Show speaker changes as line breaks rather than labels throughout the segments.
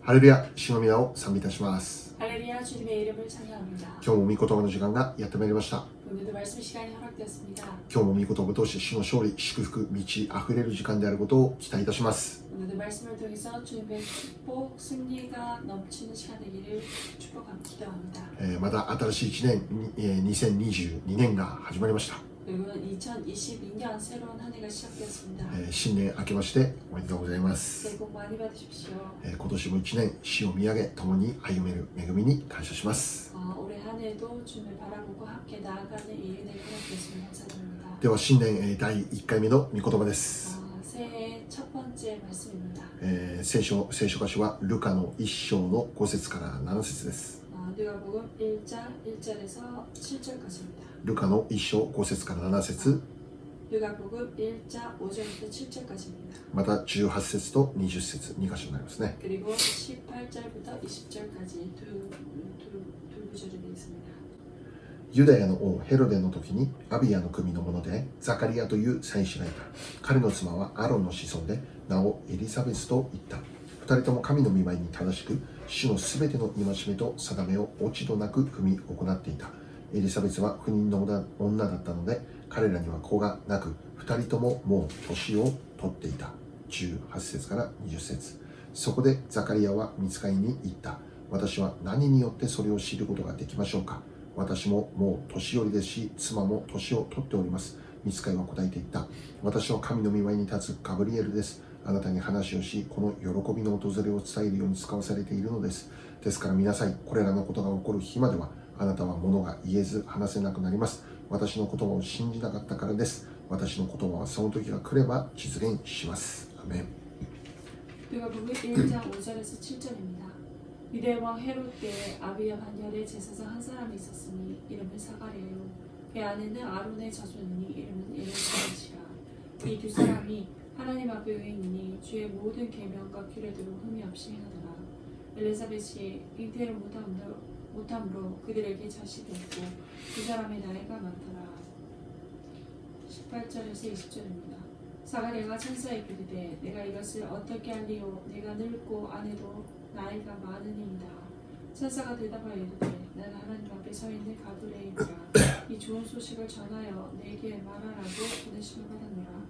할렐루야主の皆を賛美いたします
할렐루야 주님의 이름을 찬양합니다.
今日も御言葉の時間がやってまいりました
오늘도 말씀 시간이 허락되었습니다.
今日も御言葉を通して主の勝利祝福満ち溢れる時間であることを期待いたします
오늘도 말씀을 통해서 주님의 축복, 승리가 넘치는 시간 되기를 축복하고 기도합니다.
えーまた新しい1年にえー2022年が始まりました
그리고 2022년 새로운 한 해가 시작되었습니다.
えー新年明けましておめでとうございま
새해
す
복 많이 받으십시오.
えー今年も1年死を見上げ共に歩める恵みに感謝します
어, 올해 한 해도 주님을 바라보고 함께 나아가는 일이 되게 하겠습니다. 감사드립니다.
では新年えー第1回目の御言葉です、
어, 새해 첫 번째 말씀입니다.
えー聖書聖書箇所はルカの1章の5節から7節です
어, 누가복음 1장 1절에서 7절까지입니다.
ルカの1章5節から7節
누가복음 1장 5절부터 7절까지입니다.
また18節と20節2箇所になりますね
그리고 18절부터 20절까지 두, 두, 두 구절이 되겠습니다.
ユダヤの王ヘロデの時にアビアの組の者でザカリアという祭司がいた彼の妻はアロンの子孫で名をエリザベスと言った二人とも神の見舞いに正しく主のすべての戒めと定めを落ち度なく踏み行っていたエリザベスは不妊の女女だったので彼らには子がなく二人とももう年を取っていた18節から20節そこでザカリアは見つかりに行った私は何によってそれを知ることができましょうか私ももう年寄りですし妻も年を取っております見つかりは答えていった私は神の見舞いに立つガブリエルですあなたに話をしこの喜びの訪れを伝えるように使わされているのですですから見なさいこれらのことが起こる日まではあなたは物が言えず話せなくなります私の言葉を信じなかったからです私の言葉はその時が来れば実現しますアメン
누가복음 1장 5절에서 7절입니다. 유대 왕 헤롯 때 아비야 반열의 제사장 한 사람이 있었으니 이름은 사가랴요. 그 아내는 아론의 자손이니 이름은 엘리사벳이라. 이 두 사람이 하나님 앞에 의인이니 주의 모든 계명과 규례대로 흠이 없이 행하더라. 엘리사벳이 잉태를 못함으로, 못함으로 그들에게 자식이 없고 두 사람의 나이가 많더라. 18절에서 20절입니다. 사가랴가 천사에게 이르되 내가 이것을 어떻게 할리오 내가 늙고 아내도 나이가 많으니이다 천사가 대답하여 이르되 나는 하나님 앞에 서 있는 가브레일이라 이 좋은 소식을 전하여 내게 말하라고 보내심을 받았노라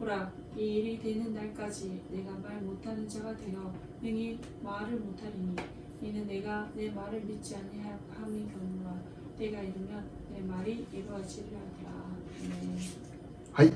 보라 이 일이 되는 날까지 내가 말 못하는 자가 되어 능히 말을 못하리니 이는 내가 내 말을 믿지 아니함이 경우라 내가 이르면 내 말이 이루어지리라 하더라 아멘.
はい、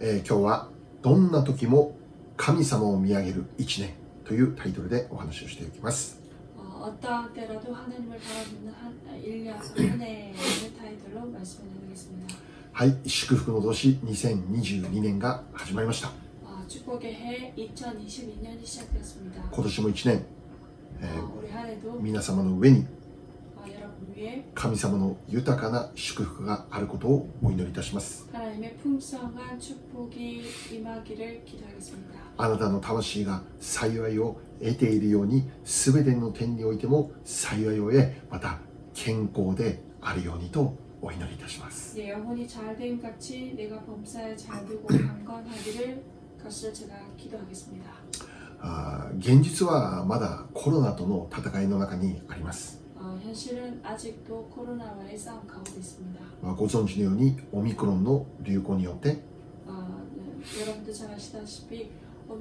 えー今日は「どんな時も神様を見上げる一年」というタイトルでお話をしていきます、
어, 어떠한 때라도 하나님을 바라보는 한 1년 한 해의 타이틀로 말씀을 드리겠습니다.
はい、祝福の年2022年が始まりました
어, 축복의 해 2022년이 시작되었습니다.
今年も一年、え
어, 우리 한
ー
해도
皆様の上に
어, 여러분 위에
神様の豊かな祝福があることをお祈りいたします
하나님의 풍성한 축복이 임하기를 기도하겠습니다.
あなたの魂が幸いを得ているように全ての点においても幸いを得また健康であるようにとお祈りいたします
내 영혼이 잘됨 같이 내가 범사에 잘되고 강건하기를 것을 제가 기도하겠습니다.
あー現実はまだコロナとの戦いの中にあります、
어, 현실은 아직도 코로나와의 싸움 가운데 있습니다.
まあ、ご存知のようにオミクロンの流行によって、
어, 네. 여러분도 잘 아시다시피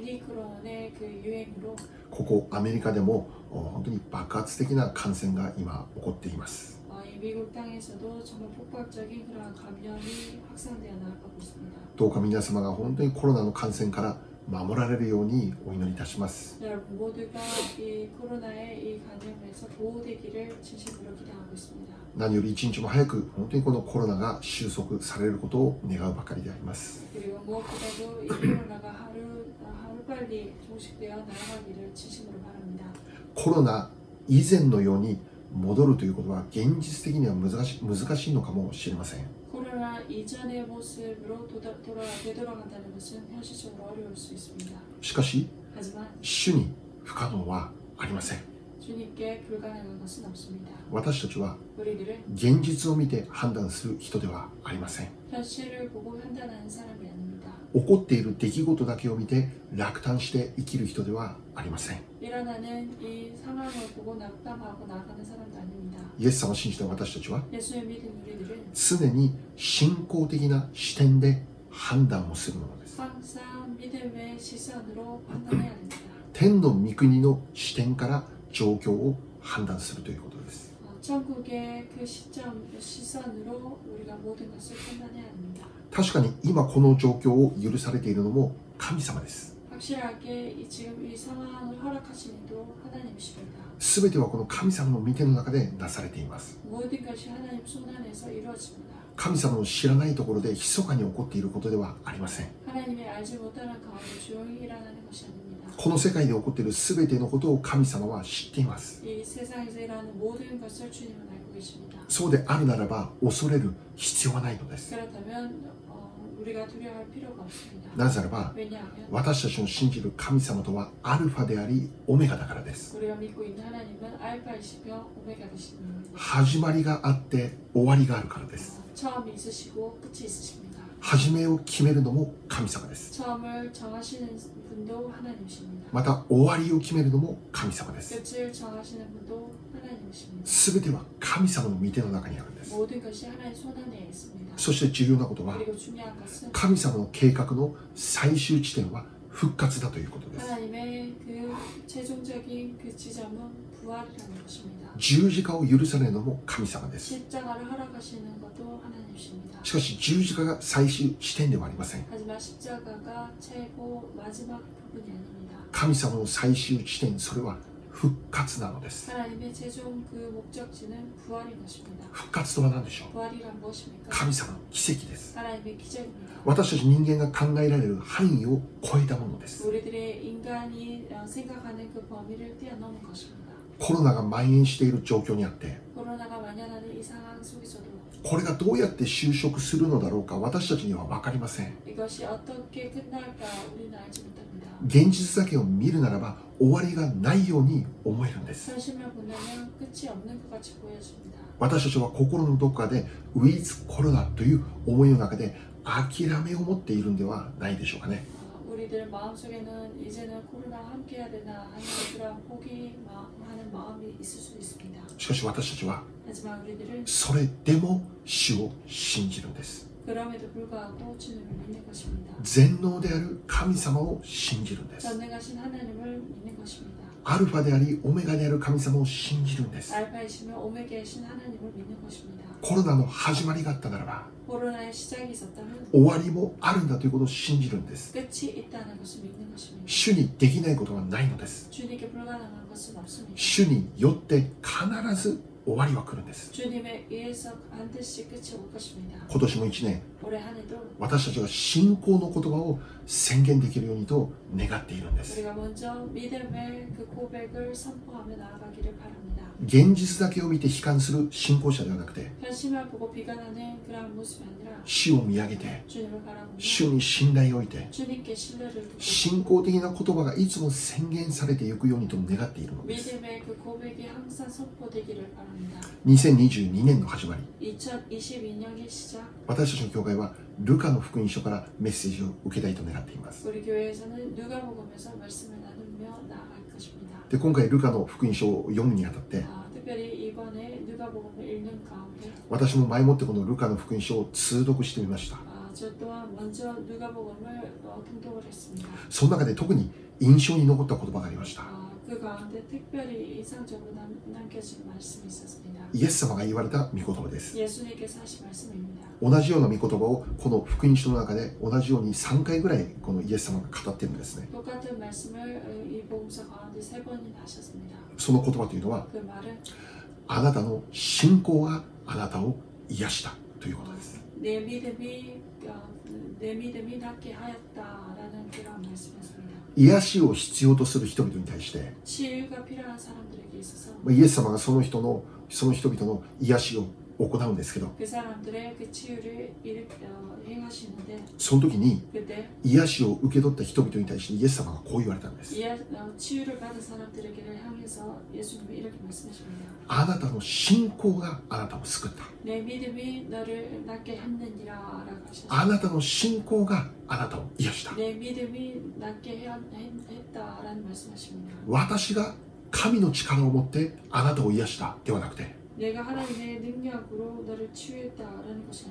오미크론의 그 유행으로
ここアメリカでもお本当に爆発的な感染が今起こっています
어, 이 미국 땅에서도 정말 폭발적인 그런 감염이 확산되어 나가고 있습니다.
どうか皆様が本当にコロナの感染から守られるようにお祈りいたします
네, 여러분 모두가 이 코로나의 이 감염에서 보호되기를 진심으로 기대하고 있습니다.
何より一日も早く本当にこのコロナが収束されることを願うばかりであります
그리고 무엇보다도 이 코로나가 하루 어, 하루 빨리 종식되어 나아가기를 진심으로 바랍니다.
コロナ以前のように戻るということは現実的には難し難しいのかもしれません
코로나 이전의 모습으로 도다, 돌아 되돌아간다는 것은 현실적으로 어려울 수 있습니다.
しかし
하지만
主に不可能はありません
주님께 불가능한 것은 없습니다.
私たちは
우리들은
現実を見て判断する人ではありません
현실을 보고 판단하는 사람이 아닙니다.
起こっている出来事だけを見て落胆して生きる人ではありません
일어나는 이 상황을 보고 낙담하고 나아가는 사람도 아닙니다.
イエス様を信じた私たちは
예수의 믿은 우리들은
常に信仰的な視点で判断をするものです
항상 믿음의 시선으로 판단해야 됩니다.
天の御国の視点から状況を判断するということです
어, 천국의 그 시점, 그 시선으로 우리가 모든 것을 판단해야 합니다.
確かに今この状況を許されているのも神様です
확실하게 이 지금 이 상황을 허락하시는도 하나님이십니다.
全てはこの神様の見ての中でなされています
모든 것이 하나님 손 안에서 이루어집니다.
神様の知らないところで密かに起こっていることではありません
하나님이 알지 못하는 가운데 조용히 일어나는 것이 아닙니다.
この世界で起こっている全てのことを神様は知っています
이 세상에서 일하는 모든 것을 주님은 알고 계십니다.
そうであるならば恐れる必要はないのです
그렇다면 어, 우리가 두려워할 필요가 없습니다.
なぜならば
왜냐하면
私たちの信じる神様とはアルファでありオメガだからです
우리가 믿고 있는 하나님은 알파이시며 오메가 되십니다. 어,
始まりがあって終わりがあるからです
처음이 있으시고 끝이 있으십니다.
始めを決めるのも神様です
처음을 정하시는 분도 하나님이십니다.
また終わりを決めるのも神様です
끝을 정하시는 분도 하나님이십니다.
全ては神様の御手の中にあるんです
모든 것이 하나님 손 안에 있습니다.
そして重要なことは
그리고 중요한 것은
神様の計画の最終地点は復活だということです
하나님의 그 최종적인 그 지점은 부활이라는 것입니다.
十字架を許されるのも神様です
십자가를 허락하시는 것도 하나님이십니다.
しかし十字架が最終地点ではありません
하지만 십자가가 최고 마지막 부분이 아닙니다.
神様の最終地点それは復活なのです
하나님의 최종 그 목적지는 부활인 것입니다.
復活とは何でしょう
부활이란 무엇입니까?
神様の奇跡です
하나님의 기적입니다.
私たち人間が考えられる範囲を超えたものです
우리들의 인간이 어, 생각하는 그 범위를 뛰어넘은 것입니다.
コロナが蔓延している状況にあって
코로나가 만연하는 이 상황 속에서도
これがどうやって就職するのだろうか私たちには分かりません
이것이 어떻게 끝날까 우리는 알지 못합니다.
現実だけを見るならば終わりがないように思えるんです
현실을 보면 끝이 없는 것 같이 보여집니다.
私たちは心のどこかで With コロナという思いの中で諦めを持っているんではないでしょうかね
어, 우리들 마음속에는 이제는 코로나와 함께해야 되나 하는 그런 포기하는 마음이 있을 수 있습니다.
しかし私たちは
하지만 우리들은
それでも主を信じるんです
그럼에도 불구하고 주님을 믿는 것입니다.
全能である神様を信じるんです
전능하신 하나님을 믿는 것입니다.
アルファでありオメガである神様を信じるんです
알파이시며 오메가이신 하나님을 믿는 것입니다.
コロナの始まりがあったならば
코로나의 시작이 있었다면
終わりもあるんだということを信じるんです
끝이 있다는 것을 믿는 것입니다.
主にできないことはないのです
주님께 불가능한 것은 없습니다.
主によって必ず終わりは来るんです
주님에 의해서 반드시 끝이 올 것입니다.
今年も1年
올해 한 해도
私たちが信仰の言葉を宣言できるようにと願っているんです
우리가 먼저 믿음의 그 고백을 선포하며 나아가기를 바랍니다.
現実だけを見て悲観する信仰者ではなくて
현실만 보고 비관하는 그러한 모습이 아니라
主を見上げて
주님을 바라보며
主に信頼を置いて
주님께 신뢰를 두고
信仰的な言葉がいつも宣言されていくようにと願っているのです
믿음의 그 고백이 항상 선포되기를 바랍니다.
2022年の始まり
2022년의 시작
私たちの教会はルカの福音書からメッセージを受けたいと願っています
우리 교회에서는 누가복음에서 말씀을 나누며 나아갈 것입니다.
で今回ルカの福音書を読むにあたって
아, 특별히 이번에 누가복음을 읽는 가운데
私も前もってこのルカの福音書を通読してみました
아, 저 또한 먼저 누가복음을 어, 통독을 했습니다.
その中で特に印象に残った言葉がありました
아, 그 가운데 특별히 인상적으로 남, 남겨진 말씀이 있었습니다.
イエス様が言われた御言葉です
예수님께서 하신 말씀입니다.
同じような御言葉をこの福音書の中で同じように3回ぐらいこのイエス様が語ってるんですね
똑같은 말씀을 어, 이 복음서 가운데 세 번이나 하셨습니다.
その言葉というのは
그 말은
あなたの信仰があなたを癒したということです
내 믿음이 어, 내 믿음이 낫게 하였다라는 그런 말씀이었습니다.
癒しを必要とする人々に対して
치유가 필요한 사람들에게 있어서
まあイエス様がその人のその人々の癒しを行うんですけど
그 사람들의 그 치유를 일, 어, 행하시는데
その時に
그때
癒しを受け取った人々に対してイエス様がこう言われたんです
이 어, 치유를 받은 사람들에게를 향해서 예수님이 이렇게 말씀하십니다.
あなたの信仰があなたを救った
내 믿음이 너를 낫게 했느니라 라고 하셨습니다.
あなたの信仰があなたを癒した
내 믿음이 낫게 해- 했- 했다라는 말씀하십니다.
私が神の力を持ってあなたを癒したではなくて
내가 하나님의 능력으로 너를 치유했다라는 것이
あ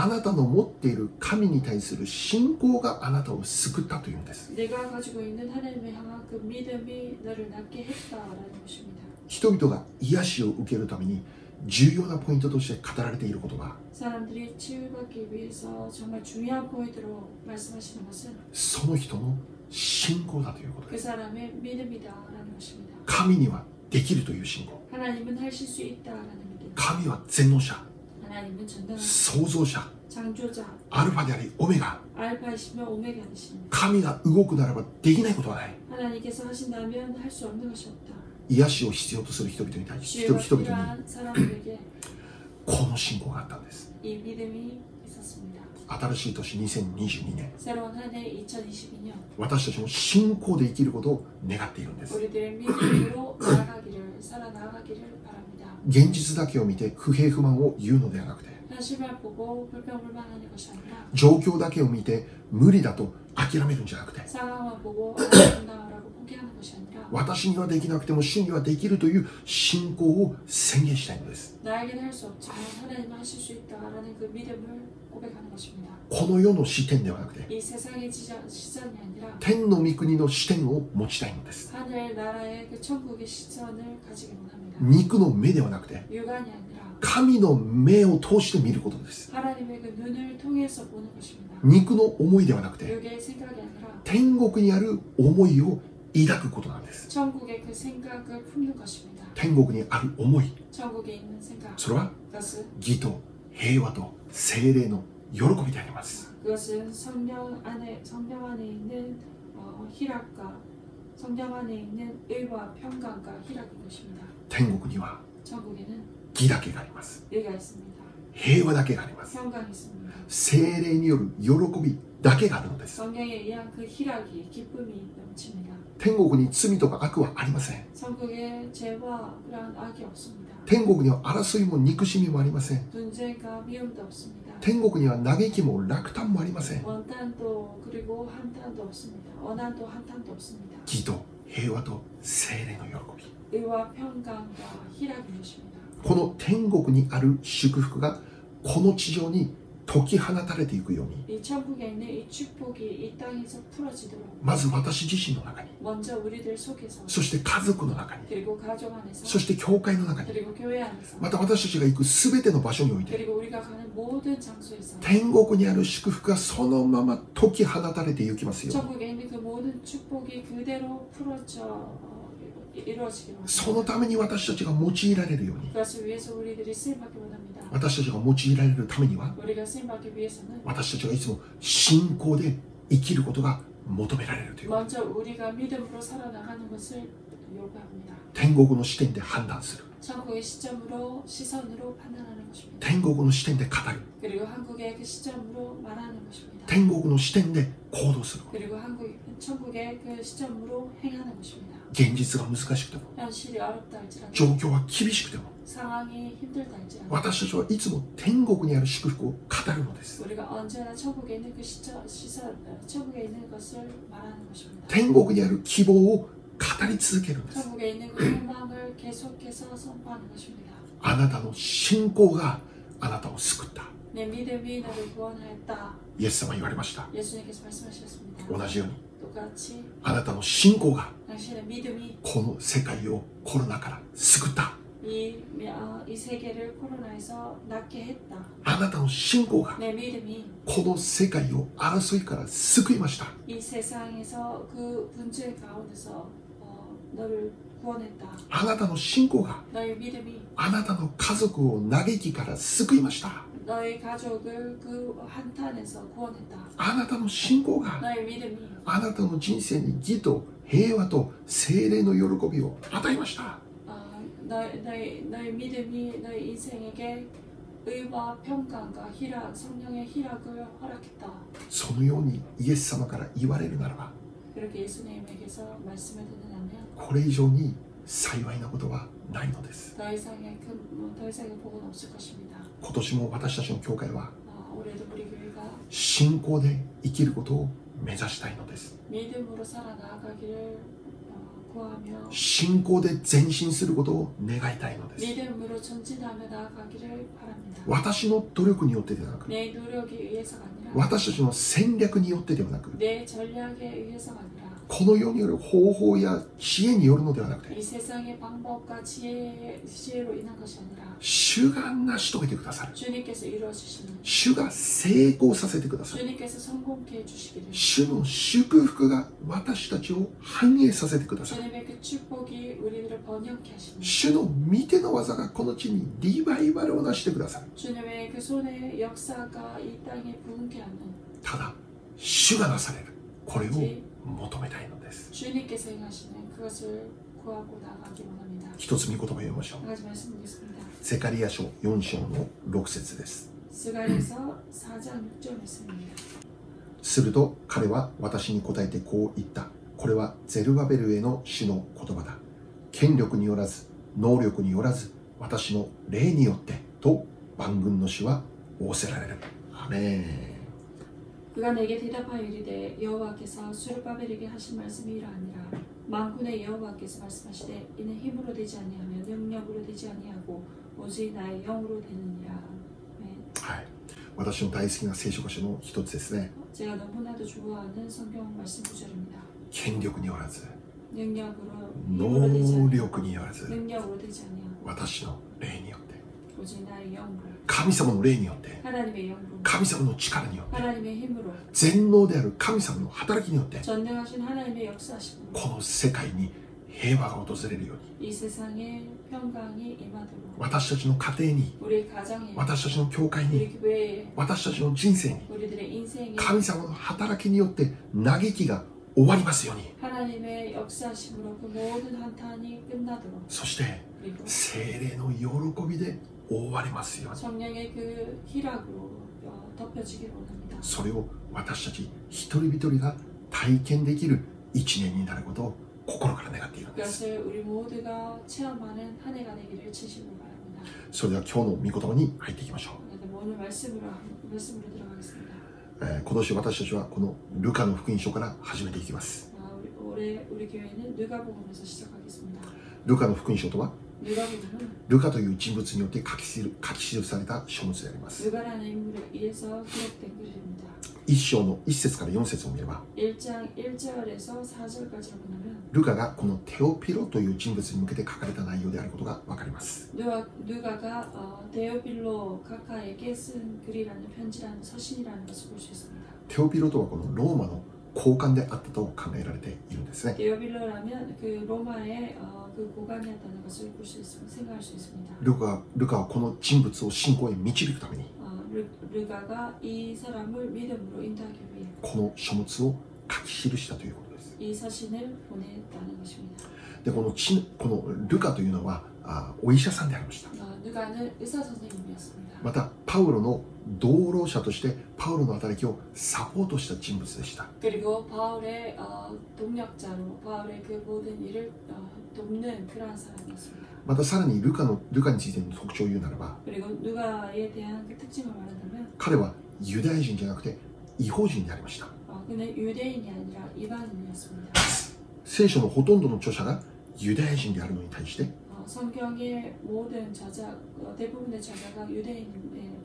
아니었습니다.
なたの持っている神に対する信仰があなたを救ったというんです
내가 가지고 있는 하나님의 향한 그 믿음이 너를 낫게 했다라는 것입니다.
人々が癒しを受けるために重要なポイントとして語られていることが
사람들이 치유받기 위해서 정말 중요한 포인트로 말씀하시는 것은
その人の信仰だということで
그
す
사람의 믿음이다라는 것입니다.
神にはできるという信仰
하나님은 하실 수 있다라는 믿음.
神は全能者
하나님은 전능
創造者
창조자
アルファでありオメガ
알파이시며 오메가이십니다.
神が動くならばできないことはない
하나님께서 하신다면 할 수 없는 것이 없다.
癒しを必要とする人々に対して人
주
人々
가
に
필요한 사람들에게
この信仰があったんです
이 믿음이 있었습니다.
新しい年2022年
새로운 한 해 2022년
私たちも信仰で生きることを願っているんです
우리들의 믿음으로 나아가기를 살아나가기를 바랍니다.
現実だけを見て不平不満を言うのではなくて
현실만 보고 불평불만하는 것이 아니라
状況だけを見て無理だと諦めるんじゃなくて
상황만 보고 아름다워라고 포기하는 것이 아니라
私にはできなくても主にはできるという信仰を宣言したいのです
나에게는 할 수 없지만 하나님은 하실 수 있다라는 그 믿음을 고백하는 것입니다.
この世の視点ではなくて
이 세상의 지자- 시선이 아니라
天の御国の視点を持ちたいのです
하늘 나라의 그 천국의 시선을 가지기 원합니다.
肉の目ではなくて
육안이 아니라
神の目を通して見ることです
하나님의 그 눈을 통해서 보는 것입니다.
肉の思いではなくて
육의 생각이 아니라
天国にある思いを抱くことなんです
천국의 그 생각을 품는 것입니다.
天国にある思い
천국에 있는 생각
それは
그것은
義と平和と精霊の喜びであります
그것은 성령 안에 성령 안에 있는 어, 희락과 성령 안에 있는 의와 평강과 희락인 것입니다.
天国には
천국에는
義だけがあります
의가 있습니다.
平和だけがあります。
평강이 있습니다.
精霊による喜びだけがあるのです。
성령에 의한 그 희락이 기쁨이 넘칩니다.
天国に罪とか悪はありません。
천국에 죄와 그런 악이 없습니다.
天国には争いも憎しみもありません。
분쟁과 미움도 없습니다.
天国には嘆きも落胆もありません。
원탄도 그리고 한탄도 없습니다. 원한도 한탄도 없습니다.
義と平和と精霊の喜
의와 평강과 희락인 것입니다.
び。この天国にある祝福がこの地上に解き放たれていくように、
이 천국에 있는 이 축복이 이 땅에서 풀어지도록
まず私自身の中に、
먼저 우리들 속에서
そして家族の中に、
그리고 가족 안에서
そして教会の中に、
그리고 교회 안에서
また私たちが行く全ての場所において、
그리고 우리가 가는 모든 장소에서
天国にある祝福がそのまま解き放たれていきますように。
천국에 있는 그 모든 축복이 그대로 풀어져 어, 이루어지기를
そ
원합니다.
のために私たちが用いられるように
그것을 위해서 우리들이 쓰임받기 원합니다.
私たちが用いられるためには
우리가 쓰임받기 위해서는
私たちがいつも信仰で生きることが求められるという
먼저 우리가 믿음으로 살아나가는 것을 요구합니다.
天国の視点で判断する
천국의 시점으로 시선으로 판단하는 것입니다.
天国の視点で語る
그리고 한국의 그 시점으로 말하는 것입니다.
天国の視点で行動する
그리고 한국 천국의 그 시점으로 행하는 것입니다.
現実が難しくても
현실이 어렵다 할지라도
状況は厳しくても
상황이 힘들다 할지라도
私たちはいつも天国にある祝福を語るのです
우리가 언제나 천국에 있는 그 시점, 시선, 어, 천국에 있는 것을 말하는 것입니다.
天国にある希望を語り続けるんです
천국에 있는 그 소망을 계속해서 선포하는 것입니다.
あなたの信仰があなたを救った
내 믿음이 나를 구원하였다.
イエス様は言われました
예수님께서 말씀하셨습니다.
同じように
똑같이
あなたの信仰が
당신의 믿음이
この世界をコロナから救った。
이, 어, 이 세계를 코로나에서 낫게 했다.
あなたの信仰が
내 믿음이
この世界を争いから救いました。
이 세상에서 그 분쟁 가운데서 어, 너를 구원했다.
あなたの信仰が
너의 믿음이
あなたの家族を嘆きから救いました。
너의 가족을 그 한탄에서 구원했다.
あなたの信仰が
너의 믿음이
あなたの人生に義と平和と精霊の喜びを与えました。
아, 어, 너의, 너의, 너의 믿음이 너의 인생에게 의와 평강과 희락, 성령의 희락을 허락했다.
そのようにイエス様から言われるならば
그렇게 예수님에게서 말씀을 듣는다면
これ以上に幸いなことはないのです
더 이상의 큰, 더 이상의 복은 없을 것입니다.
今年も私たちの教会は
아, 올해도 우리 교회가
信仰で生きることを目指したいのです
믿음으로 살아나가기를 어, 구하며
信仰で前進することを願いたいのです
믿음으로 전진하며 나아가기를 바랍니다.
私の努力によってではなく
내 노력에 의해서가 아니라
私たちの戦略によってではなく
내 전략에 의해서가 아니라
この世による方法や知恵によるのではなくて
이 세상의 방법과 지혜의 지혜로 인한 것이 아니라
主が成し遂げてくださる
주님께서 이루어 주시는
主が成功させてくださる
주님께서 성공케 해 주시기를
主の祝福が私たちを反映させてくださる
주님의 그 축복이 우리들을 번영케 하시는
主の見ての技がこの地にリバイバルを成してくださる
주님의 그 손의 역사가 이 땅에 부흥케 하는
ただ主がなされるこれを
지-
求めたいのです
주님께서 행하시는 그것을 구하고 나가기 원합니다.
一つ見言葉を読みましょう
한 가지 말씀드리겠습니다.
ゼカリア書4章の6節です。
스가랴서 4장 6절 말씀입니다.
すると彼は私に答えてこう言った。これはゼルバベルへの主の言葉だ。権力によらず、能力によらず、私の霊によって、と万軍の主は仰せられる。アメン
그가 내게 대답하여 이르되 여호와께서 수르바벨에게 하신 말씀이 이러하니라 만군의 여호와께서 말씀하시되 이는 힘으로 되지 아니하며 능력으로 되지 아니하고 오직 나의 영으로 되느니라. 네. 아멘.
はい。私の大好きな聖書箇所の一つですね。
제가 너무나도 좋아하는 성경 말씀 구절입니다.
権力によらず、能
능력으로 힘으로 되지 아니하고
力によらず、
능력으로 되지 아니하고
私の霊によって、
오직 나의 영으로
神様の霊によって、
하나님의 영으로
神様の力によって、
하나님의 힘으로
全能である神様の働きによって、
전능하신 하나님의 역사심으로
この世界に平和が訪れるように
이 세상에 평강이 임하도록
私たちの家庭に
우리 가정에
私たちの教会に
우리 교회에
私たちの人生に
우리들의 인생에
神様の働きによって嘆きが終わりますように
하나님의 역사심으로 그 모든 한탄이 끝나도록
そして
그리고
精霊の喜びで覆われますように
성령의 그 희락으로 어, 덮여지기를 원합니다.
それを私たち一人一人が体験できる一年になることを心から願っているんです
그것을 우리 모두가 체험하는 한 해가 되기를 진심으로 바랍니다.
それでは今日の御言葉に入っていきましょう、
그럼 오늘 말씀으로 한- 말씀으로 들어가겠습니다.
えー今年私たちはこのルカの福音書から始めていきます
아, 우리, 올해 우리 교회는 누가복음에서 시작하겠습니다.
ルカの福音書とは
누가복음은
ルカという人物によって書き記る書き記された書物であります。
누가라는 인물에 의해서 기록된 글입니다.
一章の一節から四節を見れば、
1장 1절에서 4절까지 보면
ルカがこのテオピロという人物に向けて書かれた内容であることがわかります。
누가, 누가가 어, 데오빌로 카카에게 쓴 글이라는 편지라는 서신이라는 것을 볼 수 있습니다.
テオピロとはこのローマの高官であったと考えられているんですね。
데오빌로라면 그 로마의 어, 그 고관이었다는 것을 볼 수 있음 생각할 수 있습니다.
ルカはルカはこの人物を信仰へ導くために、
어, 르, 르가가 이 사람을 믿음으로 인도하기 위해
この書物を書き記したということです。
이 서신을 보냈다는 것입니다.
で、このちこのルカというのはあお医者さんでありました。
어, 누가는 의사 선생님이었습니다.
また、パウロの同労者としてパウロの働きをサポートした人物でした。
그리고 바울의 어, 동력자로 바울의 그 모든 일을 어, 돕는 그러한 사람이었습니다.
またさらにルカのルカについての特徴を言うならば
그리고 누가에 대한 그 특징을 말한다면
彼はユダヤ人じゃなくて違法人でありました
어, 그는 유대인이 아니라 이방인이었습니다.
聖書のほとんどの著者がユダヤ人であるのに対して
어, 성경의 모든 저자, 어, 대부분의 저자가 유대인에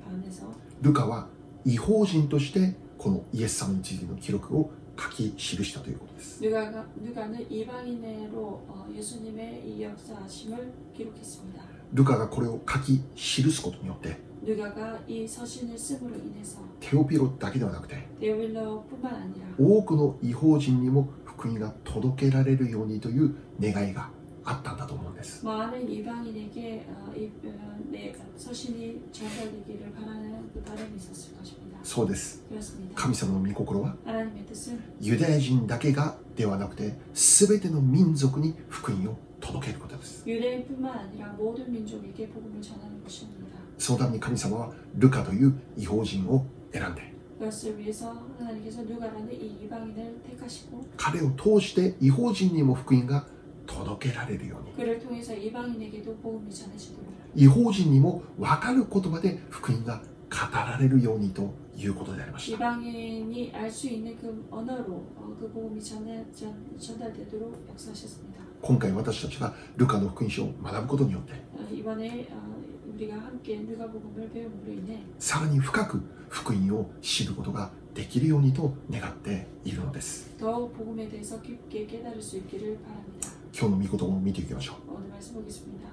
반해서
ルカは違法人としてこのイエス様についての記録を書き記したということです
누가가, 누가는 이방인으로 어, 예수님의 이 역사하심을 기록했습니다.
ルカがこれを書き記すことによって
누가가 이 서신을 쓰므로 인해서
テオピロだけではなくて
데빌러뿐만 아니라
多くの違法人にも福音が届けられるようにという願いがあったんだと思うんです
많은 이방인에게 어, 이, 어, 내 서신이 전달되기를 바라는 그 바람이 있었을 것입니다.
そうです
그렇습니다.
神様の御心は
하나님의 뜻은
ユダヤ人だけがではなくて全ての民族に福音を届けることです
유대인뿐만 아니라 모든 민족에게 복음을 전하는 것입니다.
相談に神様はルカという異邦人を選んで
그것을 위해서 하나님께서 누가라는 이 이방인을 택하시고
彼を通して異邦人にも福音が届けられるように
그를 통해서 이방인에게도 복음이 전해지도록
異邦人にも分かる言葉で福音が語られるようにということでありました
이방인이 알 수 있는 그 언어로 어, 그 복음이 전해, 전, 전달되도록 역사하셨습니다.
今回私たちがルカの福音書を学ぶことによって
어, 이번에 어, 우리가 함께 누가복음을 배움으로 인해
さらに深く福音を知ることができるようにと願っているのです
더 복음에 대해서 깊게 깨달을 수 있기를 바랍니다.
今日の御言葉を見ていきましょう
오늘 말씀 보겠습니다.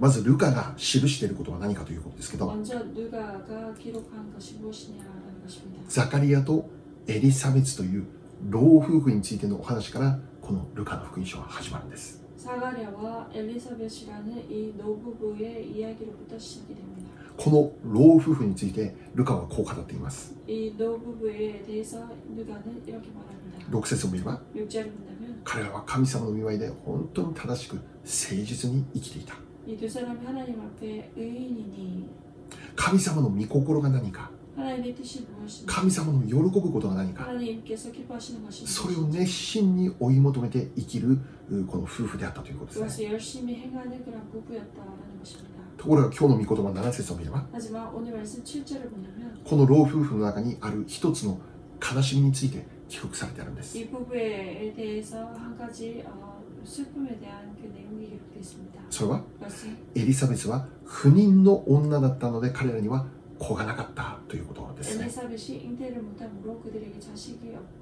まずルカが記していることは何かということですけど
먼저 누가가 기록한 것이 무엇이냐라는 것입니다.
ザカリアとエリサベツという老夫婦についてのお話からこのルカの福音書は始まるんです
사가랴와 엘리사벳이라는 이 노부부의 이야기로부터 시작이 됩니다.
この老夫婦についてルカはこう語っています
이 노부부에 대해서 누가는 이렇게 말합니다.
6節を見れば
6절을 본다면
彼らは神様の見舞いで本当に正しく誠実に生きていた
이 두 사람이 하나님 앞에 의인이니
神様の御心が何か
하나님의 뜻이 무엇인가
神様の喜ぶことが何か
하나님께서 기뻐하시는 것이
それを
무엇인가
熱心に追い求めて生きるうこの夫婦であったということですね
그것을 열심히 행하는 그런 부부였다라는 것입니다
ところが今日の御言葉7節を見れば
하지만 오늘 말씀 7절을 보면
この老夫婦の中にある一つの悲しみについて記録されてあるんです
이 부부에 대해서 한 가지 어, 슬픔에 대한 그 내용이 기록되어 있습니다
それは
그것은
エリサベスは不妊の女だったので彼らには子がなかったということですね
엘리사벳이 잉태를 못함으로 그들에게 자식이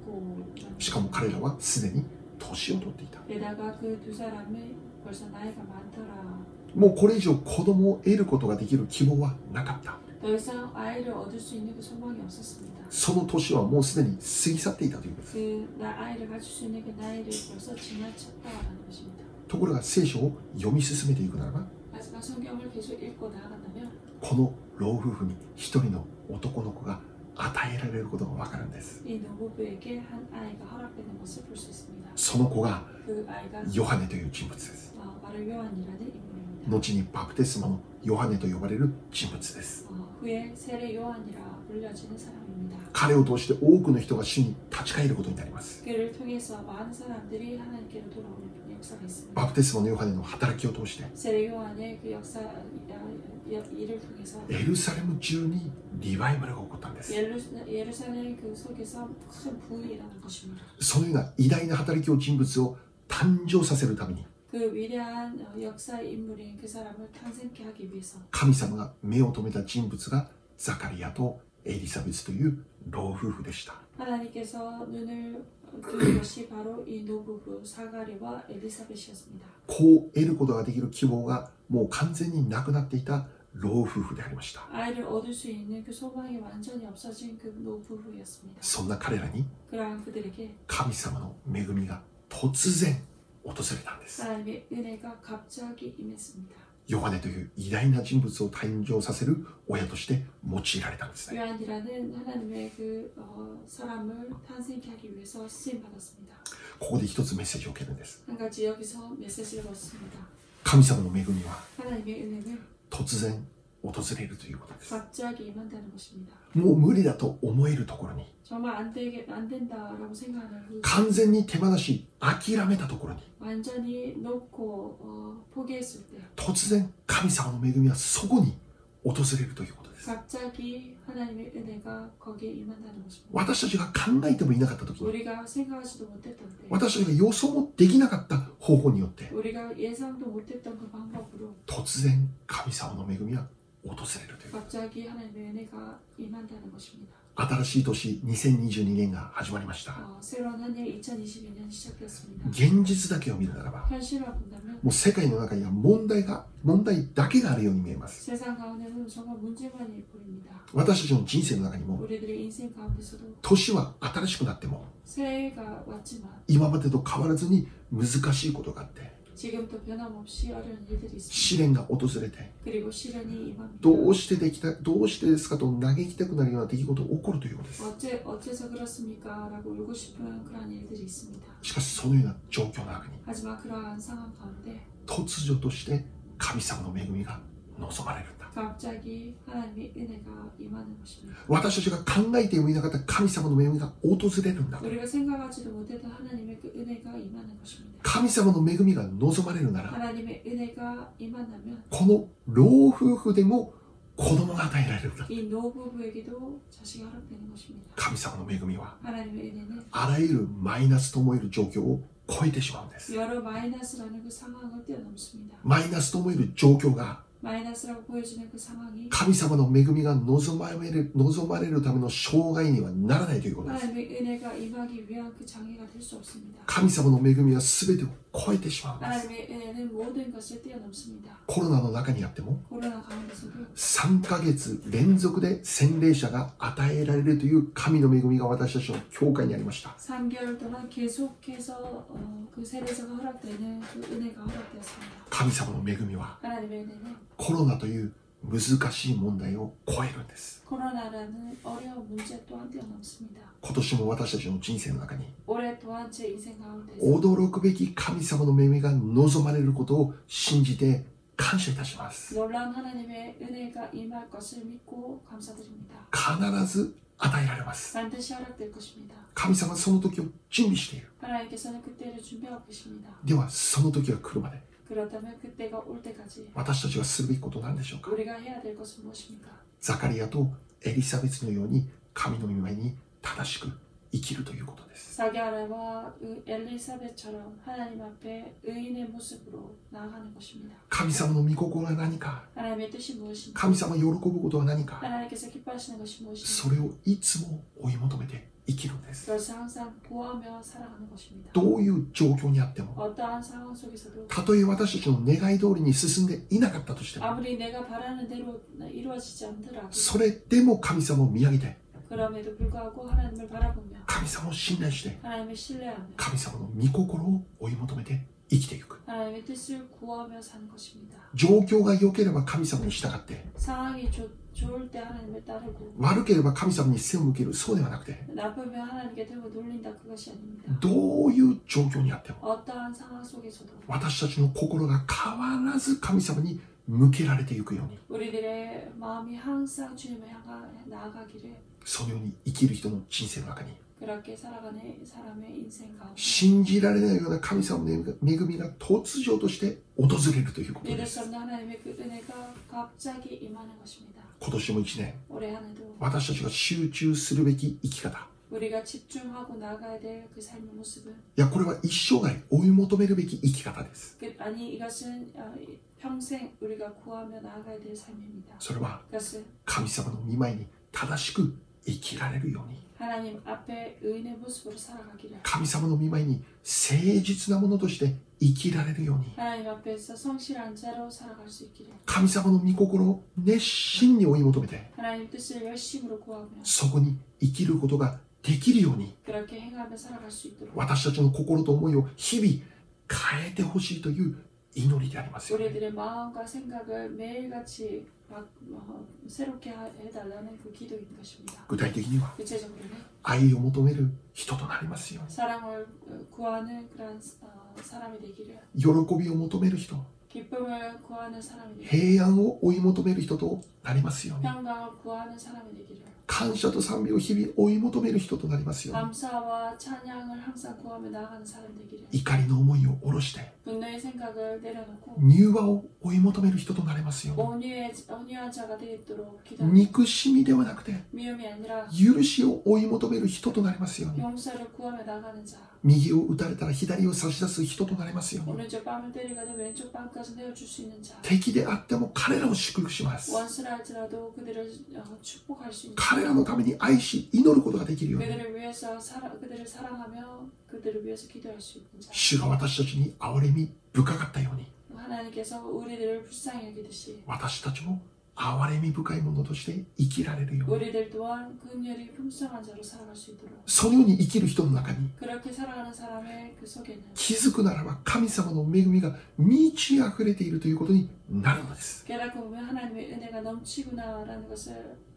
없고
しかも彼らはすでに年を取っていた
게다가 그 두 사람이 벌써 나이가 많더라
もうこれ以上子供を得ることができる希望はなかった
더 이상 아이를 얻을 수 있는 그 소망이 없었습니다
その年はもうすでに過ぎ去っていたということです
그 나, 아이를 가질 수 있는 그 나이를 벌써 지나쳤다라는 것입니다.
ところが聖書を読み進めていくならば
하지만 성경을 계속 읽고 나아간다면
この老夫婦に一人の男の子が与えられることがわかるんです
이 노부부에게 한 아이가 허락되는 것을 볼 수 있습니다.
その子が
그 아이가
ヨハネという人物です
어, 바로 요한이라는 인물입니다.
後にバプテスマのヨハネと呼ばれる人物です
어, 후에 세례 요한이라 불려지는 사람입니다.
彼を通して多くの人が主に立ち返ることになります
그를 통해서 많은 사람들이 하나님께로 돌아오는 역사가
バ
있습니다.
プテスマのヨハネの働きを通して
세례 요한의 그 역사 아, 아, 일을 통해서
エルサレム中にリバイバルが起こったんです
예루- 예루살렘 그 속에서 큰 부흥이 일어난 것입니다.
そのような偉大な働きを人物を誕生させるために
그 위대한 어, 역사의 인물인 그 사람을 탄생케 하기 위해서
神様が目を留めた人物がザカリアとエリザベスという老夫婦でした
하나님께서 눈을 뜬 것이 바로 이 노부부 사가리와 엘리사벳이었습니다.
こう得ることができる希望がもう完全になくなっていた老夫婦でありました
아이를 얻을 수 있는 그 소망이 완전히 없어진 그 노부부였습니다.
そんな彼らに
그러한 그들에게
神様の恵みが突然訪れたんです。
하나님의 은혜가 갑자기 임했습니다.
ヨハネという偉大な人物を誕生させる親として用いられたんですね。
요한이라는 하나님의 그 어, 사람을 탄생케 하기 위해서 쓰임 받았습니다.
ここで一つメッセージを受けるんです。
한 가지 여기서 메시지를 얻습니다.
神様の恵みは
하나님의 은혜는
突然訪れるということです。
갑자기 임한다는 것입니다.
もう無理だと思えるところに、
정말 안 되게 안 된다라고 생각하는 그
完全に手放し、諦めたところに、
완전히 놓고 어, 포기했을 때
突然神様の恵みはそこに訪れるということです。
갑자기 하나님의 은혜가 거기에 임한다는 것입니다.
私たちが考えてもいなかった時に、
우리가 생각하지도 못했던 때,
私たちが予想もできなかった方法によって、
우리가 예상도 못했던 그 방법으로
突然神様の恵みは訪れるという
갑자기 하나님의 은혜가 임한다는 것입니다.
新しい年2022年が始まりました
어, 새로운 한 해 2022년 시작되었습니다.
現実だけを見るならば
현실화 본다면
もう世界の中には問題が問題だけがあるように見えます
세상 가운데는 정말 문제만이 보입니다.
私たちの人生の中にも
우리들의 인생 가운데서도
年は新しくなっても
새해가 왔지만
今までと変わらずに難しいことがあって
지금도 변함없이 어려운 일들이 있습니다.
試練が訪れて
그리고 시련이 임합니다.
どうしてできたどうしてですかと嘆きたくなるような出来事が起こるということです
어째 어째서 그렇습니까? 라고 울고 싶은 그러한 일들이 있습니다.
しかしそのような状況の中に
하지만 그러한 상황 가운데
突如として神様の恵みが望まれるんだ
갑자기 하나님의 은혜가 임하는 것입니다.
私たちが考えてもいなかった神様の恵みが訪れるんだ
우리가 생각하지도 못했던 하나님의 그 은혜가 임하는 것입니다.
神様の恵みが望まれるなら
하나님의 은혜가 임한다면
この老夫婦でも子供が与えられるんだ
이 노부부에게도 자식이 허락되는 것입니다.
神様の恵みは
하나님의 은혜는
あらゆるマイナスと思える状況を超えてしまうんです
여러 마이너스라는 그 상황을 뛰어넘습니다.
マイナスと思える状況が
마이너스라고 보여지는 그 상황이
神様の恵みが望まれる望まれるための障害にはならないということです
하나님의 은혜가 임하기 위한 그 장애가 될 수 없습니다.
神様の恵みは全てを超えてしまうんです
하나님의 은혜는 모든 것을 뛰어넘습니다.
コロナの中にあっても
코로나 가운데서도
3ヶ月連続で洗礼者が与えられるという神の恵みが私たちの教会にありました
3개월 동안 계속해서 어, 그 세례자가 허락되는 그 은혜가 허락되었습니다.
神様の恵みは
하나님의 은혜는
コロナという難しい問題を超えるんです
코로나라는 어려운 문제 또한 뛰어넘습니다.
今年も私たちの人生の中に
올해 또한 제 인생 가운데서
驚くべき神様の恵みが望まれることを信じて感謝いたします
놀라운 하나님의 은혜가 임할 것을 믿고 감사드립니다.
必ず与えられます
반드시 허락될 것입니다.
神様はその時を準備している
하나님께서는 그때를 준비하고 계십니다.
ではその時が来るまで
그렇다면 그때가 올 때까지
私たちがするべきことは何でしょうか
우리가 해야 될 것은 무엇입니까?
ザカリアとエリザベスのように神の御前に正しく生きるということです
사게아라와 엘리사벳처럼 하나님 앞에 의인의 모습으로 나아가는 것입니다.
神様の御心は何か
하나님의 뜻이 무엇인가?
神様喜ぶことは何か
하나님께서 기뻐하시는 것이 무엇인가?
それをいつも追い求めて生きるんです。
그것을 항상 구하며 살아가는 것입니다.
どういう状況にあっても、
어떠한 상황 속에서도
たとえ私たちの願い通りに進んでいなかったとしても、
아무리 내가 바라는 대로 이루어지지 않더라도
それでも神様を見上げて、
그럼에도 불구하고 하나님을 바라보며
神様を信頼して、
하나님을 신뢰하며
神様の御心を追い求めて生きていく。
하나님의 뜻을 구하며 사는 것입니다.
状況が良ければ神様に従って、
상황이 좋- 좋을 때 하나님을 따르고
悪ければ神様に背を向ける、そうではなくて、
나쁘면 하나님께 들고 놀린다 그것이 아닙니다.
どういう状況にあっても、
어떠한 상황 속에서도
私たちの心が変わらず神様に向けられていくように、
우리들의 마음이 항상 주님을 향해 나아가기를
そのように生きる人の人生の中に、
그렇게 살아가는 사람의 인생 가운데
信じられないような神様の恵みが突如として訪れるということで
믿을
す
수 없는 하나님의 그 은혜가 갑자기 임하는 것입니다.
今年も1年
올해 한 해도
私たちが集中するべき生き方
우리가 집중하고 나가야 될 그 삶의 모습은
いやこれは一生涯追い求めるべき生き方です
그- 아니 이것은 어, 이- 평생 우리가 구하며 나아가야 될 삶입니다.
それは
그것은
神様の御前に正しく生きられるように
하나님 앞에 의인의 모습으로 살아가기를
神様の御前に誠実なものとして生きられるように
하나님 앞에서 성실한 자로 살아갈 수 있기를
神様の御心を熱心に追い求めて
하나님 뜻을 열심으로 구하며
そこに生きることができるように
그렇게 행하며 살아갈 수 있도록
私たちの心と思いを日々変えてほしいという祈りでありますよね、
우리들의 마음과 생각을 매일같이 막, 어, 새롭게 하- 해달라는 그 기도인 것입니다.
具体的には
구체적으로는
愛を求める人となりますように
사랑을 어, 구하는 그런 어, 사람이 되기를
喜びを求める人
기쁨을 구하는 사람이 되기를
平安を追い求める人となりますように
평강을 구하는 사람이 되기를
感謝と賛美を日々追い求める人となりますよう
감사와 찬양을 항상 구하며 나아가는 사람이 되기를
に怒りの思いを下ろして
분노의 생각을 내려놓고
柔和を追い求める人となれますよう
온유의, 온유한 자가 되도록 기도하고
に憎しみではなくて
미움이 아니라
許しを追い求める人となりますように
용서를 구하며 나가는 자
右を打たれたら左を差し出す人となれますように
오른쪽 빵을 때리거든 왼쪽 빵까지 내어줄 수 있는 자
敵であっても彼らを祝福します
원수라 할지라도 그들을 어, 축복할 수 있는
彼らのために愛し祈ることができるように
그들을 위해서 사랑, 그들을 사랑하며 그들을 위해서 기도할 수 있는 자
主が私たちに憐れみ深かったように
하나님께서 우리들을 불쌍히 여기듯이
私たちも憐れみ深いものとして生きられるように
우리들 또한 극렬히 풍성한 자로 살아갈 수 있도록
そのように生きる人の中に
그렇게 살아가는 사람의 그 속에는
気づくならば神様の恵みが満ち溢れているということになるのです
깨닫고 보면 하나님의 은혜가 넘치구나라는 것을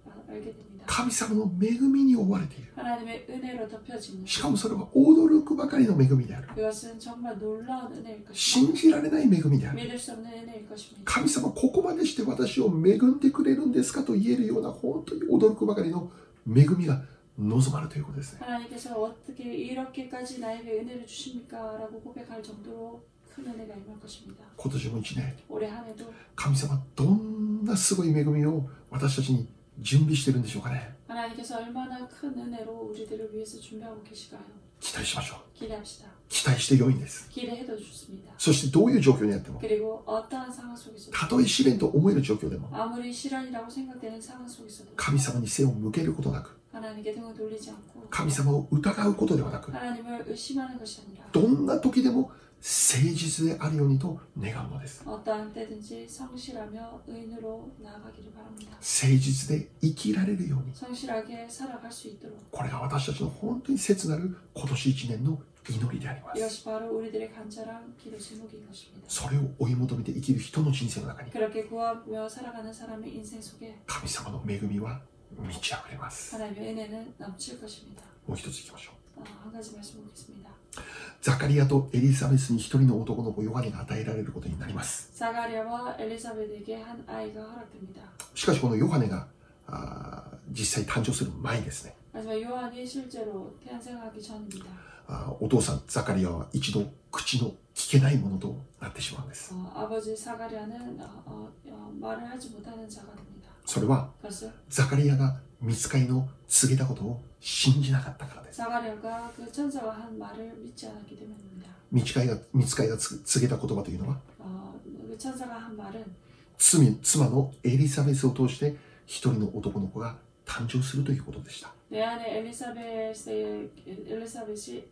아, 줄을 알게 됩니다.
神様の恵みに追われている
하나님의 은혜로 덮여지는
しかもそれは驚くばかりの恵みである
그것은 정말 놀라운 은혜일 것입니다.
信じられない恵みである
믿을 수 없는 은혜일 것입니다.
神様ここまでして私を恵んでくれるんですかと言えるような本当に驚くばかりの恵みが望まれるということですね
하나님께서 어떻게 이렇게까지 나에게 은혜를 주십니까? 라고 고백할 정도로 큰 은혜가 임할 것입니다.
今年も1年
올해 한 해도
神様どんなすごい恵みを私たちに準備してるんでしょうかね
하나님께서 얼마나 큰 은혜로 우리들을 위해서 준비하고 계실까요?
期待しましょう
기대합시다.
期待して良いんです
기대해도 좋습니다.
そしてどういう状況にあっても
그리고 어떠한 상황 속에서도
たとえ試練と思える状況でも
아무리 실환이라고 생각되는 상황 속에서도
神様に背を向けることなく
하나님께 등을 돌리지 않고
神様を疑うことではなく
하나님을 의심하는 것이 아니라
どんな時でも誠実であるようにと願うのです
어떠한 때든지 성실하며 의인으로 나아가기를 바랍니다.
誠実で生きられるように
성실하게 살아갈 수 있도록
これが私たちの本当に切なる今年1年の祈りであります
이것이 바로 우리들의 간절한 기도 제목인 것입니다.
それを追い求めて生きる人の人生の中に
그렇게 구하며 살아가는 사람의 인생 속에
神様の恵みは満ち溢れます
하나님의 은혜는 넘칠 것입니다.
もう一ついきましょう
아, 한 가지 말씀 보겠습니다.
ザカリアとエリザベスに一人の男の子ヨハネが与えられることになります
사가랴와 엘리사벳에게 한 아이가 허락됩니다.
しかしこのヨハネがあー実際誕生する前にですね
하지만 요한이 실제로 탄생하기 전입니다.
あーお父さんザカリアは一度口の聞けないものとなってしまうんです
어, 아버지 사가랴는 어, 어, 어, 말을 하지 못하는 자가 됩니다.
それは
그것은
ザカリアが見つかりの告げたことを信じなかったからです
사가랴가 그 천사가 한 말을 믿지 않았기 때문입니다.
見つかいが見つかりがつ告げた言葉というのは
어, 그 천사가 한 말은
罪妻のエリザベスを通して一人の男の子が誕生するということでした
내 안에 엘리사벳의 엘리사벳이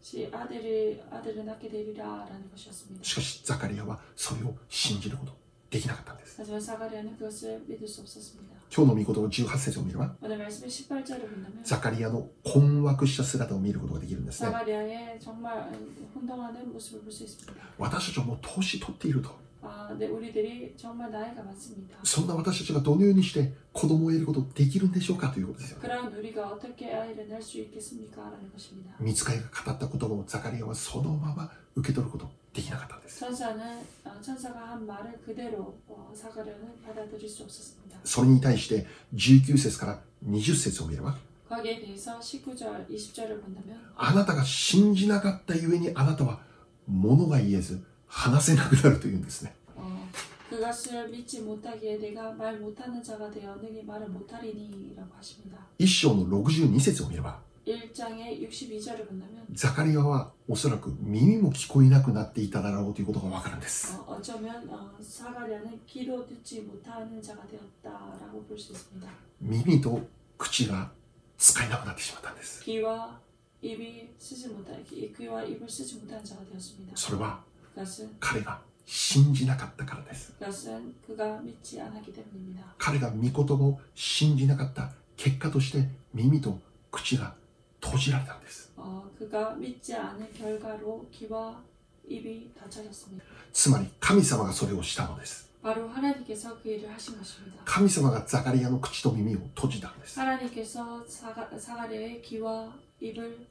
시 아들이 아들을 낳게 되리라라는 것이었습니다.
しかしザカリアはそれを信じることできなかったんです
하지만 사가랴는 그것을 믿을 수 없었습니다.
今日の御言葉18節を見れば
오늘 말씀의 18절을 본다면
ザカリアの困惑した姿を見ることができるんですね
사가리아의 정말 혼동하는 모습을 볼 수 있습니다.
私たちはもう年取っていると
아, 네, 우리들이 정말 나이가 많습니다.
そんな私たちがどのようにして子供を得ることできるんでしょうかということですよ
그런 우리가 어떻게 아이를 낳을 수 있겠습니까?라는 것입니다.
見つかりが語った言葉をザカリアはそのまま受け取ることできなかったんです
천사는 어, 천사가 한 말을 그대로 어, 사가랴는 받아들일 수 없었습니다.
それに対して19節から20節を見れば
거기에 대해서 19절, 20절을 본다면
あなたが信じなかったゆえにあなたは物が言えず話せなくなるというんですね
어, 그것을 믿지 못하기에 내가 말 못하는 자가 되어 능히 말을 못하리니라고 하십니다.
一章の62節を見れば
1장의 62절을 본다면
ザカリアはおそらく耳も聞こえなくなっていただろうということがわかるんです
어, 어쩌면 어, 사가랴는 귀로 듣지 못하는 자가 되었다라고 볼 수 있습니다.
耳と口が使えなくなってしまったんです
귀와 입이 쓰지 못하 귀- 귀와 입을 쓰지 못하는 자가 되었습니다.
それは
그것은
彼が信じなかったからです
그것은 그가 믿지 않았기 때문입니다.
彼が御言葉を信じなかった結果として耳と口が閉じられたんです
어, 그가 믿지 않은 결과로 귀와 입이 닫혀졌습니다.
つまり神様がそれをしたのです
바로 하나님께서 그 일을 하신 것입니다.
神様がザカリアの口と耳を閉じたんです
하나님께서 사가, 사가랴의 귀와 입을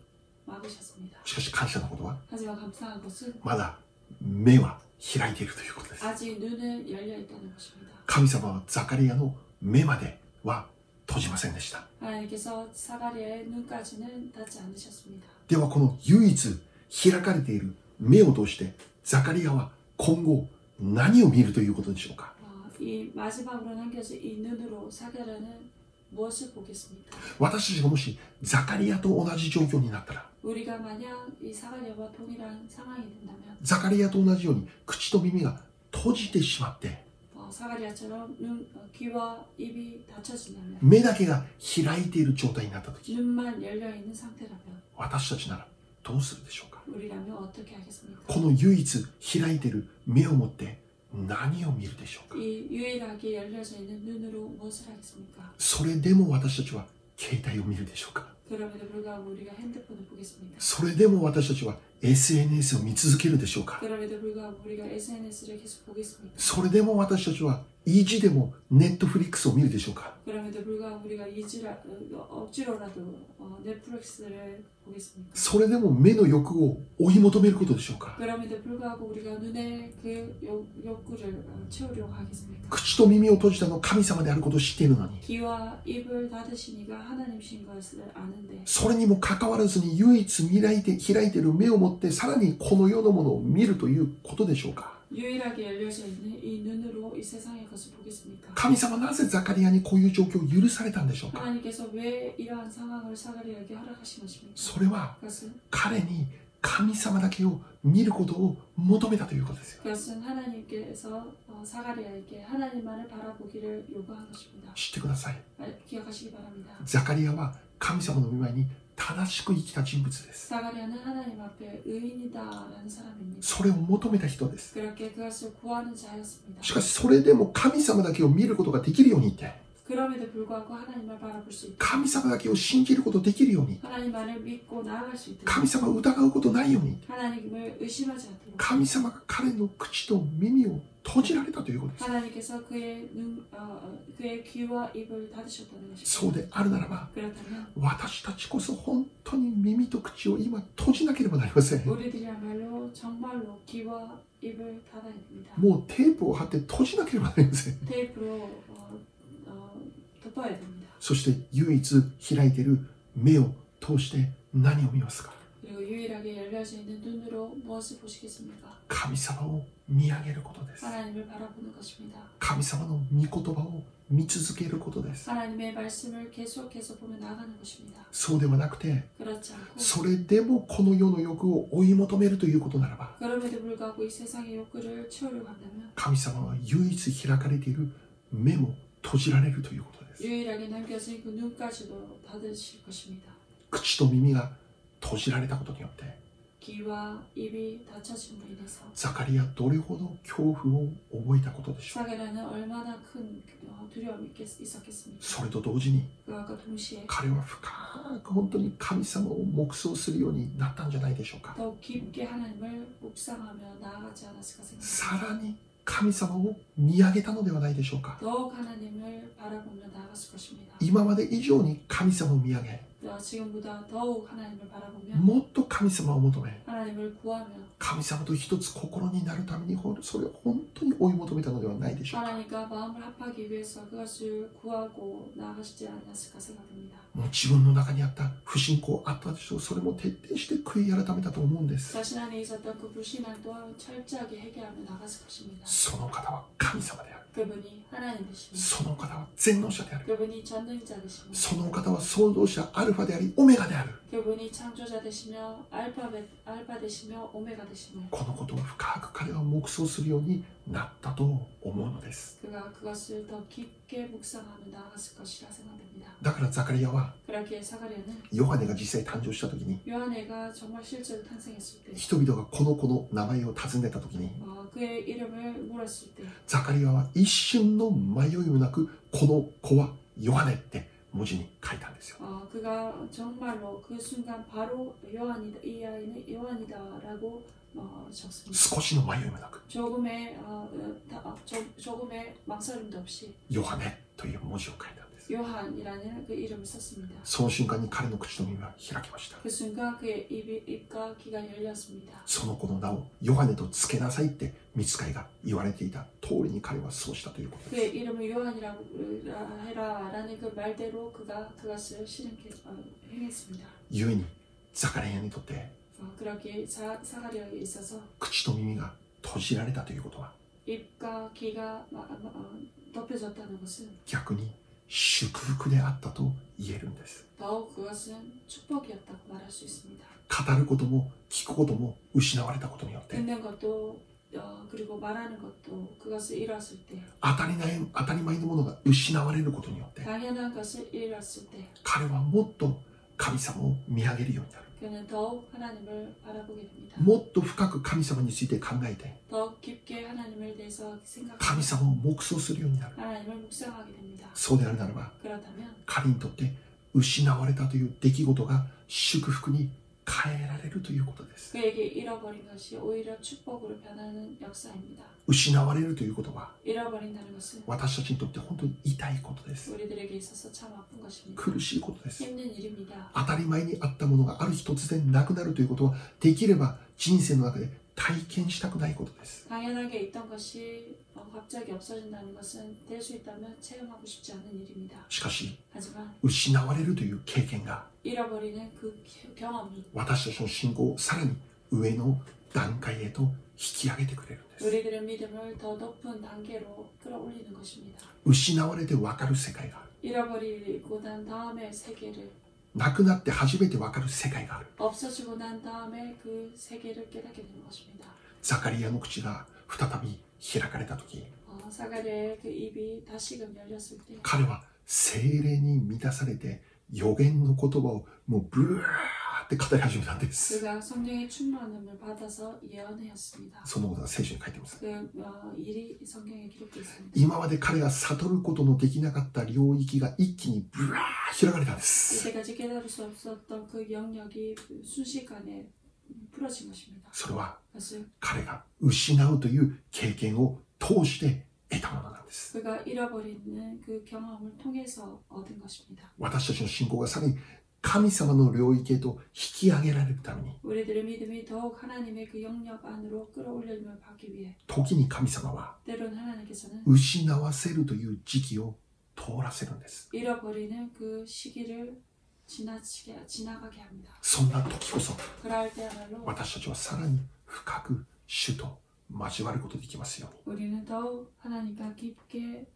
막으셨습니다.
しかし感謝のことは
하지만 감사한 것은
まだ目は開いているということです
아직 눈은 열려 있다는 것입니다.
神様はザカリアの目までは閉じませんでした
하나님께서 사가리아의 눈까지는 닿지 않으셨습니다.
ではこの唯一開かれている目を通してザカリアは今後何を見るということでしょうか
어, 이 마지막으로 남겨진 이 눈으로 사가랴는 무엇을 보겠습니까?
私たちがもしザカリアと同じ状況になったら
우리가 만약 이 사가랴와 동일한 상황이 된다면
ザカリアと同じように口と耳が閉じてしまって
어, 사가랴처럼 눈, 어, 귀와 입이 닫혀진다면
目だけが開いている状態になった時
눈만 열려 있는 상태라면
私たちならどうするでしょうか
우리라면 어떻게 하겠습니까?
この唯一開いている目を持って何を見るでしょうか
이 유일하게 열려져 있는 눈으로 무엇을 하겠습니까?
それでも私たちは携帯を見るでしょうか
그럼에도 불구하고 우리가 핸드폰을 보겠습니다.
それでも私たちは SNS を見続けるでしょうか
그럼에도 불구하고 우리가 SNS를 계속 보겠습니까?
それでも私たちは意地でもネットフリックスを見るでしょうか
그럼에도 불구하고 우리가 이지라, 어, 억지로라도 어, 넷플릭스를 보겠습니까?
それでも目の欲を追い求めることでしょうか
그럼에도 불구하고 우리가 눈에 그 욕, 욕구를 어, 채우려고 하겠습니까?
口と耳を閉じたの神様であることを知っているのに
귀와 입을 닫으신 이가 하나님이신 것을 아는데
それにもかかわらずに唯一見られて開いている目を持ってさらにこの世のものを見るということでしょうか
유일하게 열려져 있는 이 눈으로 이 세상의 것을 보겠습니까?
神様はなぜザカリアにこういう状況を許されたんでしょうか
하나님께서 왜 이러한 상황을 사가리에게 허락하신 것입니까?
それは
그것은
彼に神様だけを見ることを求めたということですよ
그것은 하나님께서 어, 사가리아에게 하나님만을 바라보기를 요구한 것입니다.
知ってください
아, 기억하시기 바랍니다.
ザカリアは神様の御前に正しく生きた人物です。
사가리아는 하나님 앞에 의인이다라는 사람입니다.
それを求めた人です。
그렇게 그것을 구하는 자였습니다.
しかしそれでも神様だけを見ることができるようにって、
그럼에도 불구하고 하나님을 바라볼 수 있다.
神様だけを信じることできるように、
하나님만을 믿고 나아갈 수 있다.
神様を疑うことないように、
하나님을 의심하지 않도록
神様が彼の口と耳を閉じられたということで
하나님께서 그의 눈, 어, 어, 그의 귀와 입을 닫으셨다는
す。
것입니다.
そうであるならば、
그렇다면
私たちこそ本当に耳と口を今閉じなければなりません。
우리들이야말로 정말로 귀와 입을 닫아야 됩니다.
もうテープを貼って閉じなければなりません。
테이프로 어, 어, 덮어야 됩니다.
そして唯一開いている目を通して何を見ますか
그리고 유일하게 열려져 있는 눈으로 무엇을 보시겠습니까?
神様を見上げることです
하나님을 바라보는 것입니다.
神様の御言葉を見続けることです
하나님의 말씀을 계속해서 보며 나가는 것입니다.
そうではなくて
그렇지 않고
それでもこの世の欲を追い求めるということならば
그럼에도 불구하고 이 세상의 욕구를 채우려고 한다면
神様は唯一開かれている目も閉じられるということです
유일하게 남겨진 그 눈까지도 닫으실 것입니다.
口と耳が閉じられたことによって
귀와 입이 닫혀짐으로 인해서
ザカリアどれほど恐怖を覚えたことでしょう
사게라는 얼마나 큰 어, 두려움이 있겠- 있었겠습니까?
それと同時に
그와 동시에
彼は深く本当に神様を黙想するようになったんじゃないでしょうか
더 깊게 하나님을 묵상하며 나아가지 않았을까
さ
생각합니다.
らに神様を見上げたのではないでしょうか
더욱 하나님을 바라보며 나아갔을 것입니다.
今まで以上に神様を見上げ
어, 지금보다 더욱 하나님을 바라보며
もっと神様を求め
하나님을 구하며
神様と一つ心になるためにほそれを本当に追い求めたのではないでしょうか
하나님과 마음을 합하기 위해서 그것을 구하고 나아가시지 않았을까 생각합니다.
もう自分の中にあった不信仰あったでしょうそれも徹底して悔い改めたと思うんです
자신 안에 있었던 그 불신함 또한 철저하게 해결하며 나갔을 것입니다.
その方は神様である
그분이 하나님 되십니다.
その方は全能者である
그분이 전능자 되십니다.
その方は創造者アルファでありオメガである
그분이 창조자 되시며 알파벳 알파 되시며 오메가 되시며
このことを深く彼は黙想するようになったと思うのです
그가 그것을 더 깊게 묵상하며 나아갔을 것이라 생각됩니다.
だからザカリアは
그렇게 사가랴는
ヨハネが実際誕生した時に
요한애가 정말 실제로 탄생했을 때
人々がこの子の名前を尋ねた時に
어, 그의 이름을 물었을 때
ザカリアは一瞬の迷いもなくこの子はヨハネって文字に書いたんですよ
어, 그가 정말로 그 순간 바로 요한이다 이 아이는 요한이다라고 어, 적습니다.
少しの迷いもなく
조금의 어, 어, 다- 어, 조, 조금의 망설임도 없이
ヨハネという文字を書いたんです
요한이라는 그 이름을 썼습니다.
その瞬間に彼の口の耳は開きました
그 순간 그의 입이, 입과 귀가 열렸습니다.
その子の名をヨハネと付けなさいってミツカイが言われていた通りに彼はそうしたということです
그의 이름을 요한이라고 라- 해라라는 그 말대로 그가 그것을 실행해 어, 행했습니다.
故にザカリアにとって
어, 그렇게 사, 사가리아에 있어서
口と耳が閉じられたということは
입과 귀가 마- 마- 어, 덮여졌다는 것은
逆に祝福であったと言えるんです
더욱 그것은 축복이었다고 말할 수 있습니다.
語ることも聞くことも失われたことによって
듣는 것도 어, 그리고 말하는 것도 그것을 잃었을 때
当たり前当たり前のものが失われることによって
당연한 것을 잃었을 때
彼はもっと神様を見上げるようになる
그는 더욱 하나님을 바라보게 됩니다.
もっと深く神様について考えて
더욱 깊게 하나님을 대해서 생각하고
神様を黙想するようになる
하나님을 묵상하게 됩니다.
そうであるならば
그렇다면
彼にとって失われたという出来事が祝福に変えられるということです。
그에게 잃어버린 것이 오히려 축복으로 변하는 역사입니다.
失われるということは
잃어버린다는 것은
私たちにとって本当に痛いことです。
우리들에게 있어서 참 아픈 것입니다.
苦しいことです。
힘든 일입니다.
当たり前にあったものがある日突然なくなるということはできれば人生の中で体験したくないことです。
당연하게 있던 것이 어, 갑자기 없어진다는 것은 될 수 있다면 체험하고 싶지 않은 일입니다.
しかし
하지만
失われるという経験が
잃어버리는 그 겨- 경험이
私たちの信仰をさらに上の段階へと引き上げてくれるんです。
우리들의 믿음을 더 높은 단계로 끌어올리는 것입니다.
失われてわかる世界がある。
잃어버리고 난 다음의 세계를
なくなって初めてわかる世界がある。
없어지고 난 다음에 그 세계를 깨닫게 되는 것입니다.
ザカリアの口が再び開かれた時
어, 사가랴의 그 입이 다시금 열렸을 때
彼は精霊に満たされて予言の言葉をもうブワーって語り始めたんです。
그가 성령의 충만함을 받아서 예언하였습니다.
そのことが聖書に書いてます。
그 어, 일이 성경에 기록되어 있습니다.
今まで彼が悟ることのできなかった領域が一気にブワー開かれたんです。
이때까지 깨달을 수 없었던 그 영역이 순식간에 풀어진 것입니다.
それは
그것을
彼が失うという経験を通して得たものなんです。
그가 잃어버리는 그 경험을 통해서 얻은 것입니다.
私たちの信仰がさらに神様の領域へと引き上げられるために、
우리들의 믿음이 더욱 하나님의 그 영역 안으로 끌어올림을 받기 위해
時に神様は
때론 하나님께서는
失わせるという時期を通らせるんです。
잃어버리는 그 시기를 지나치게 지나가게 합니다.
そんな時こそ
그럴 때야말로
私たちはさらに深く主と交わることできますように
우리는 더욱 하나님과 깊게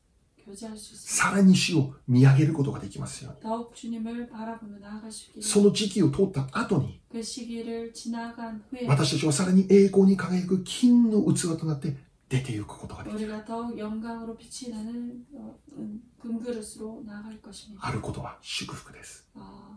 교제할 수 있습니다.
さらに主を見上げることができますように
더욱 주님을 바라보며 나아갈 수 있기를
その時期を通った後に
그 시기를 지나간 후에
私たちはさらに栄光に輝く金の器となって出て行くことができる
우리가 더욱 영광으로 빛이 나는 어, 음, 금그릇으로 나아갈 것입니다.
あることは祝福です
어,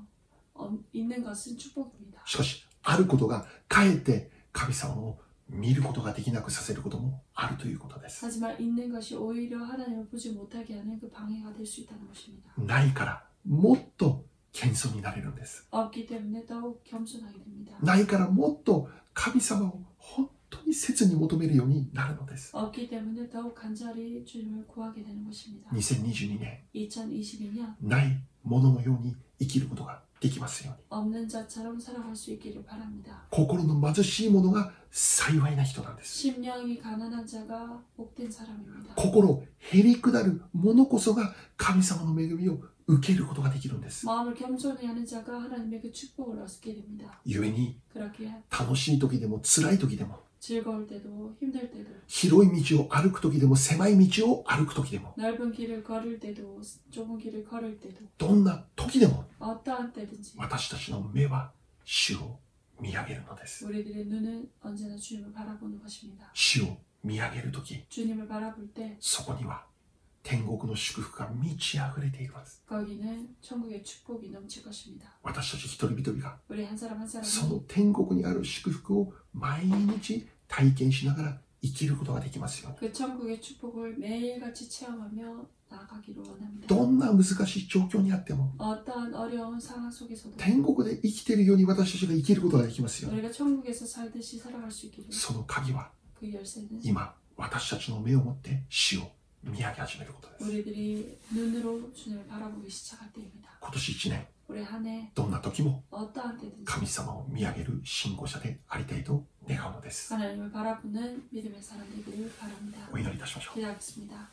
어, 있는 것은 축복입니다.
しかしあることがかえって神様を見ることができなくさせることもあるということです
하지만 있는 것이 오히려 하나님을 보지 못하게 하는 그 방해가 될 수 있다는 것입니다.
ないからもっと謙遜になれるんです
없기 때문에 더욱 겸손하게 됩니다.
ないからもっと神様を本当に切に求めるようになるのです
없기 때문에 더욱 간절히 주님을 구하게 되는 것입니다.
네. 2022年
2022년
ないもののように生きることができますように
없는 자처럼 살아갈 수 있기를 바랍니다.
心の貧しいものが幸いな人なんです
심령이 가난한 자가 복된 사람입니다.
心をへりくだる者こそが神様の恵みを受けることができるんです
마음을 겸손히 하는 자가 하나님의 그 축복을 얻게 됩니다.
故に
그렇게
楽しい時でも辛い時でも
즐거울 때도 힘들 때도
広い道を歩く時でも狭い道を歩く時でも
넓은 길을 걸을 때도 좁은 길을 걸을 때도
どんな時でも
어떠한 때든지
私たちの目は主を見上げるのです
우리들의 눈은 언제나 주님을 바라보는 것입니다.
主を見上げる時
주님을 바라볼 때
そこには天国の祝福が満ち溢れています
거기는 천국의 축복이 넘칠 것입니다.
私たち一人一人が
우리 한 사람 한
そ
사람이
の天国にある祝福を毎日体験しながら生きることができますように。
그 천국의 축복을 매일같이 체험하며 나아가기를 원합니다.
どんな難しい状況にあっても、
어떠한 어려운 상황 속에서도
天国で生きているように私たちが生きることができますように。
우리가 천국에서 살듯이 살아갈 수 있기를
その鍵は
그 열쇠는
今、私たちの目を持って死を見上げ始めることです。
우리들이 눈으로 주님을 바라보기 시작할 때입니다.
今年一年、
우리 한 해
どんな時も
어떠한 때든지
神様を見上げる信仰者でありたいと願うのです。
하나님을 바라보는 믿음의 사람 되기를 바랍니다.
お祈りいたしましょう。
기도하겠습니다.